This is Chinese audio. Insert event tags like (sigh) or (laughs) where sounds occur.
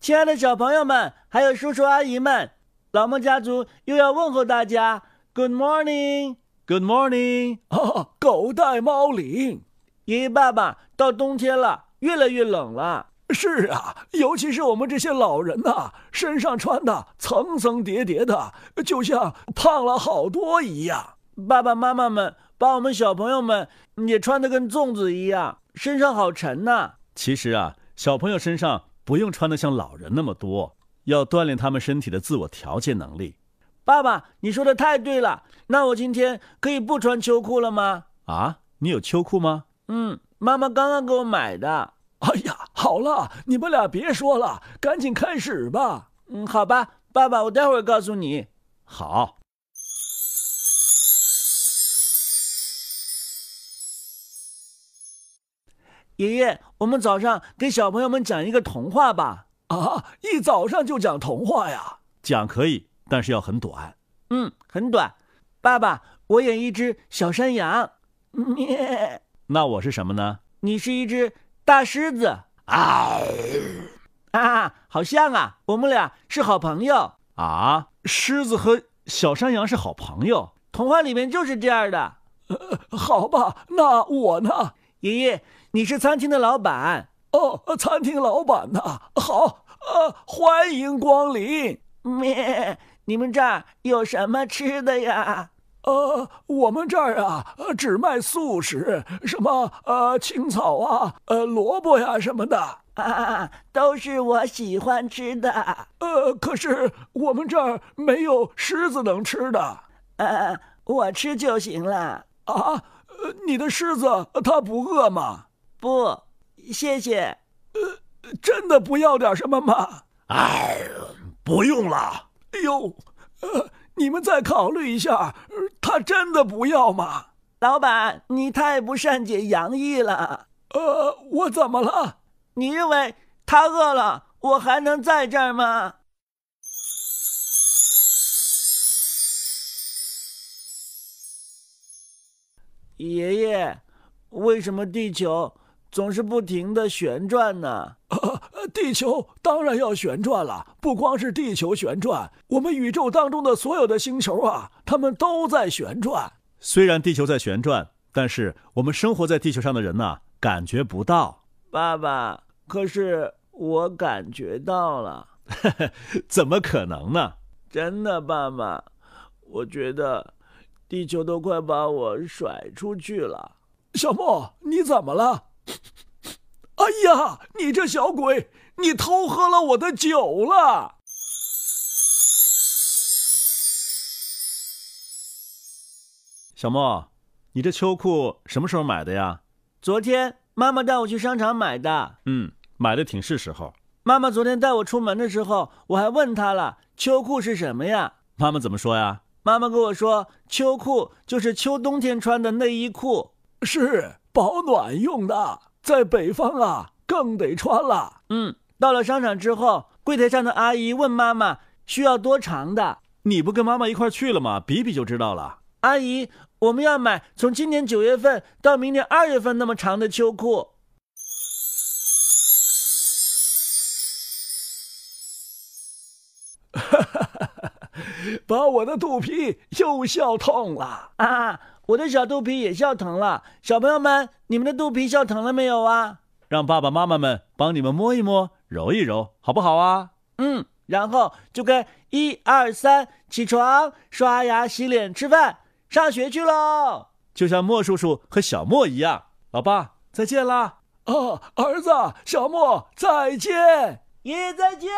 亲爱的小朋友们，还有叔叔阿姨们，老莫家族又要问候大家，Good 哦 morning，Good morning。啊，狗带猫领。爷爷爸爸，到冬天了，越来越冷了。是啊，尤其是我们这些老人呐、身上穿的层层啊叠叠的，就像胖了好多一样。爸爸妈妈们把我们小朋友们也穿得跟粽子一啊样，身上好沉呐、其实啊，小朋友身上不用穿得像老人那么多，要锻炼他们身体的自我调节能力爸爸，你说的太对了，那我今天可以不穿秋裤了吗？啊。你有秋裤吗？嗯，妈妈刚刚给我买的。哎呀，好了，你们俩别说了，赶紧开始吧。嗯，好吧，爸爸，我待会儿告诉你。好，爷爷，我们早上给小朋友们讲一个童话吧。啊，一早上就讲童话呀？讲可以，但是要很短。嗯，很短。爸爸，我演一只小山羊， (laughs) 咩。那我是什么呢？你是一只大狮子。啊 (laughs) 啊，好像啊，我们俩是好朋友。啊，狮子和小山羊是好朋友。童话里面就是这样的。好吧，那我呢？爷爷，你是餐厅的老板。哦，餐厅老板呐、好，呃，欢迎光临。咩，你们这儿有什么吃的呀？呃，我们这儿啊，呃只卖素食，什么呃青草啊，呃萝卜呀、什么的。啊，都是我喜欢吃的。呃，可是我们这儿没有狮子能吃的呃、我吃就行了。啊。呃，你的狮子呃它不饿吗？不，谢谢。真的不要点什么吗？哎，不用了。哎呦，呃，你们再考虑一下，呃他真的不要吗？老板，你太不善解洋溢了。呃，我怎么了？你认为他饿了，我还能在这儿吗？爷爷，为什么地球总是不停的旋转呢？呃，地球当然要旋转了，不光是地球旋转，我们宇宙当中的所有的星球啊，它们都在旋转。虽然地球在旋转，但是我们生活在地球上的人呐、感觉不到。爸爸，可是我感觉到了，怎么可能呢？真的，爸爸，我觉得地球都快把我甩出去了。小莫，你怎么了？哎呀，你这小鬼，你偷喝了我的酒了！小莫，你这秋裤什么时候买的呀？昨天妈妈带我去商场买的，嗯，买的挺是时候。妈妈昨天带我出门的时候，我还问她了，秋裤是什么呀？妈妈怎么说呀？妈妈跟我说，秋裤就是秋冬天穿的内衣裤。是保暖用的，在北方啊更得穿了。嗯，到了商场之后，柜台上的阿姨问妈妈需要多长的。你不跟妈妈一块儿去了吗？比比就知道了。阿姨，我们要买从今年九月份到明年二月份那么长的秋裤。把我的肚皮又笑痛了。啊，我的小肚皮也笑疼了。小朋友们，你们的肚皮笑疼了没有啊？让爸爸妈妈们帮你们摸一摸、揉一揉，好不好啊？嗯，然后就该一二三，起床、刷牙、洗脸、吃饭，上学去喽。就像莫叔叔和小莫一样。老爸，再见啦！哦啊，儿子，小莫，再见。爷爷再见。